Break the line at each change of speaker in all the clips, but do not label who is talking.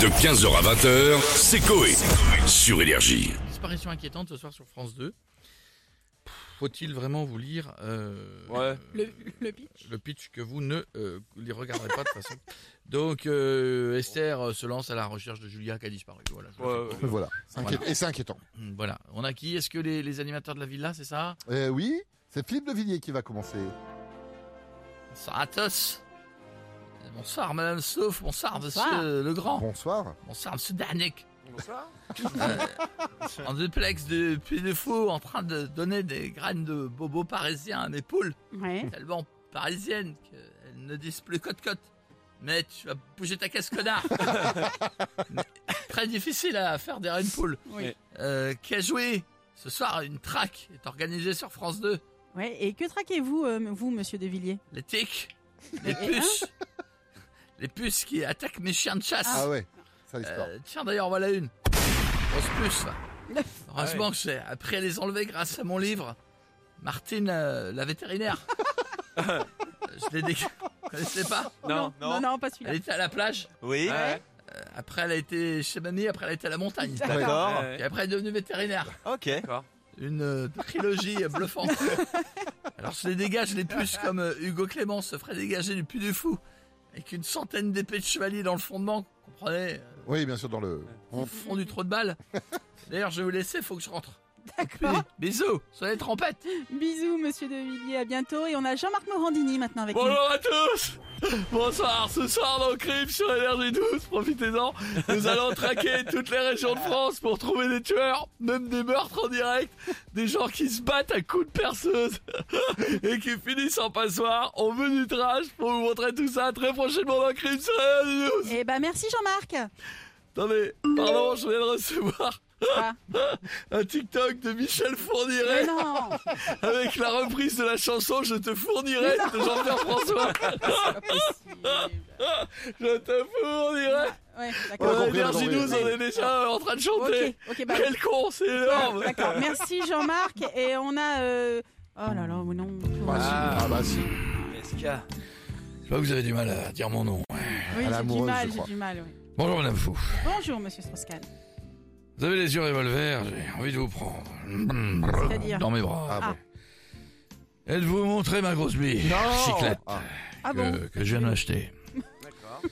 De 15h à 20h, c'est Coé. Sur Énergie.
Disparition inquiétante ce soir sur France 2. Pff, Faut-il vraiment vous lire euh,
Ouais.
Le, le pitch
le pitch que vous ne euh, les regarderez pas de toute façon Donc euh, Esther euh, se lance à la recherche de Julia qui a disparu. Voilà. je le
Ouais,
fais.
ouais.
Voilà. C'est inquiét- Et c'est inquiétant.
Hmm, Voilà. On a qui Est-ce que les, les animateurs de la villa, c'est ça
Euh, oui, c'est Philippe de Villiers qui va commencer.
Bonsoir à tous. Bonsoir Madame Sauf. Bonsoir
Bonsoir.
Monsieur Legrand.
Bonsoir.
Bonsoir Monsieur Danek. Euh,
Bonsoir.
En duplex de Puy de Faux en train de donner des graines de bobo parisiens à mes poules.
Ouais.
tellement parisienne qu'elles ne disent plus côte-côte. Mais tu vas bouger ta caisse, connard Mais Très difficile à faire des Red Pool.
Oui.
Euh, qui a joué Ce soir, une track est organisée sur France 2.
Ouais. Et que traquez-vous, euh, vous, monsieur De Villiers
Les tics, les
Et-
puces, les puces qui attaquent mes chiens de chasse.
Ah ouais, ça l'histoire.
Euh, tiens, d'ailleurs, voilà une. Grosse puce. là. Heureusement
Ouais.
que j'ai appris à les enlever grâce à mon livre. Martine, euh, la vétérinaire. Euh, Je l'ai découvert. Vous connaissez pas
Non,
non, non, pas celui-là.
Elle était à la plage,
Oui.
Ouais.
euh, après elle a été chez mamie, après elle a été à la montagne.
D'accord.
Et après elle est devenue vétérinaire.
Ok.
Une euh, trilogie euh, bluffante. Alors je les dégage les puces comme euh, Hugo Clément se ferait dégager du puits du fou. Avec une centaine d'épées de chevalier dans le fondement, vous comprenez euh,
Oui, bien sûr, dans le.
Au fond du trou de balle. D'ailleurs je vais vous laisser, faut que je rentre. D'accord. Bisous, soyez trempettes.
Bisous, monsieur De Villiers. À bientôt. Et on a Jean-Marc Morandini maintenant avec nous.
Bonjour à tous Bonsoir, ce soir dans Crime sur Énergie 12, profitez-en, nous allons traquer toutes les régions de France pour trouver des tueurs, même des meurtres en direct, des gens qui se battent à coups de perceuse et qui finissent en passoire, on veut du trash pour vous montrer tout ça très prochainement dans Crime sur Énergie 12
Eh ben, merci Jean-Marc.
Attendez, pardon, je viens de recevoir
Ah,
un TikTok de Michel
mais
Fourniret
non.
avec la reprise de la chanson « Je te fournirai » de Jean-Pierre François « Je te fournirai »
Ouais, d'accord.
On a Ouais,
Ouais,
compris, on a
Énergie
compris.
12, on est déjà en train de chanter.
Ok, ok, bah.
Quel con, c'est énorme.
D'accord. Merci Jean-Marc. Et on a. euh, Oh là là, mais non.
Ah, si.
Ah.
Ah, bah si.
SK.
Je vois que Bah, vous avez du mal à dire mon nom.
Oui,
Elle est
j'ai du
amoureuse,
mal,
je
j'ai
crois.
du mal. oui.
Bonjour Madame Euh, Fou.
Bonjour, monsieur Strauss-Kahn.
Vous avez les yeux revolver, j'ai envie de vous prendre. Hmm.
C'est-à-dire
Dans mes bras.
Ah,
Ah.
bon.
Et de vous montrer ma grosse bille. Cyclette.
Ah,
Ah
que,
bon
que je viens de m'acheter.
D'accord.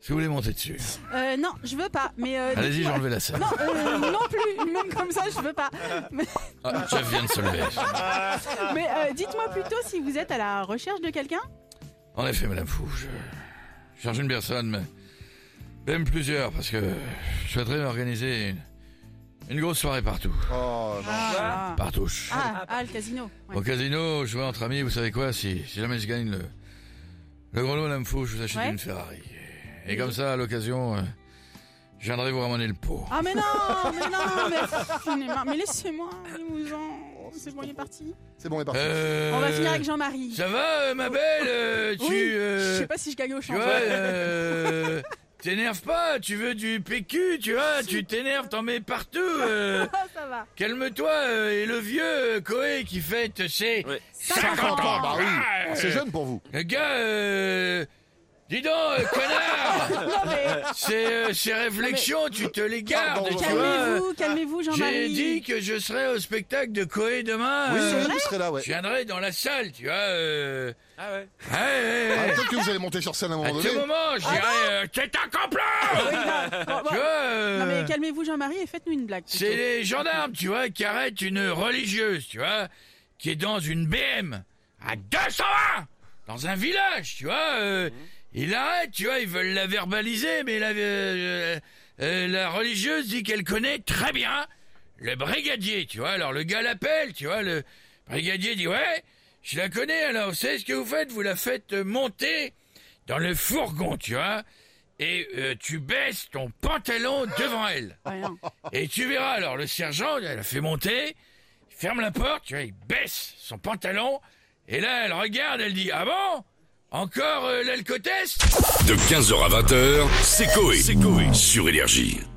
Si vous voulez monter dessus.
Euh, Non, je veux pas. Mais. euh,
Allez-y, j'ai
dites-moi-
enlevé la selle.
Non, euh, non plus. Même comme ça, je veux pas.
Ah, Jeff vient de se lever.
Mais euh, dites-moi plutôt si vous êtes à la recherche de quelqu'un.
En effet, Madame Fou, je je cherche une personne, mais même plusieurs, parce que je souhaiterais m'organiser une, une grosse soirée partout.
oh, non.
Ah, ah,
Partout.
ah, le casino. Ouais.
Au casino, jouer entre amis, vous savez quoi, si, si jamais je gagne le, le gros lot, Madame Fou, je vous achète
Ouais.
une Ferrari. Et comme ça, à l'occasion, euh, je viendrai vous ramener le pot.
Ah mais non, mais non, mais, j'en ai marre. mais laissez-moi, Limousin. C'est bon, il est parti.
C'est bon, on est parti.
Euh,
On va finir avec Jean-Marie.
Ça va, euh, ma belle euh, Tu...
Oui, Je
euh,
sais pas si je gagne au
tu
champ.
vois, euh, t'énerves pas, tu veux du PQ, tu vois, tu t'énerves, t'en mets partout. euh,
Ah, ça va.
Calme-toi, euh, et le vieux euh, Coé qui fête ses
Ouais.
50 ans.
bah oui.
Ah,
C'est
euh,
jeune pour vous.
Le gars, euh, dis donc, euh, connard
Non mais
Ces, euh, ces réflexions, tu te les gardes,
Pardon,
tu vois euh,
calmez-vous, calmez-vous
J'ai
Jean-Marie.
dit que je serais au spectacle de Coé demain.
Oui,
euh,
oui, vous serez là, ouais.
je viendrai dans la salle, tu vois. euh,
Ah ouais.
ouais, ouais,
Ah,
ouais.
Peut-être que vous allez monter sur scène à un
À
moment
tout
donné.
moment, je dirais, euh, c'est un
Ah Oui,
complot
non, bon, bon.
Tu vois euh,
Non mais calmez-vous Jean-Marie et faites-nous une blague.
C'est les gendarmes, tu vois, qui arrêtent une religieuse, tu vois, qui est dans une BM à 220 dans un village, tu vois. euh, Ils l'arrêtent, tu vois, ils veulent la verbaliser, mais la, euh, euh, la religieuse dit qu'elle connaît très bien le brigadier, tu vois. Alors le gars l'appelle, tu vois, le brigadier dit ouais, je la connais. Alors vous savez ce que vous faites Vous la faites monter dans le fourgon, tu vois, et euh, tu baisses ton pantalon devant elle.
Ouais, non.
Et tu verras, alors, le sergent, elle a fait monter, il ferme la porte, tu vois, il baisse son pantalon, et là, elle regarde, elle dit, ah bon? Encore euh, l'alcotest?
De 15h à 20h, c'est Coé. Sur Énergie.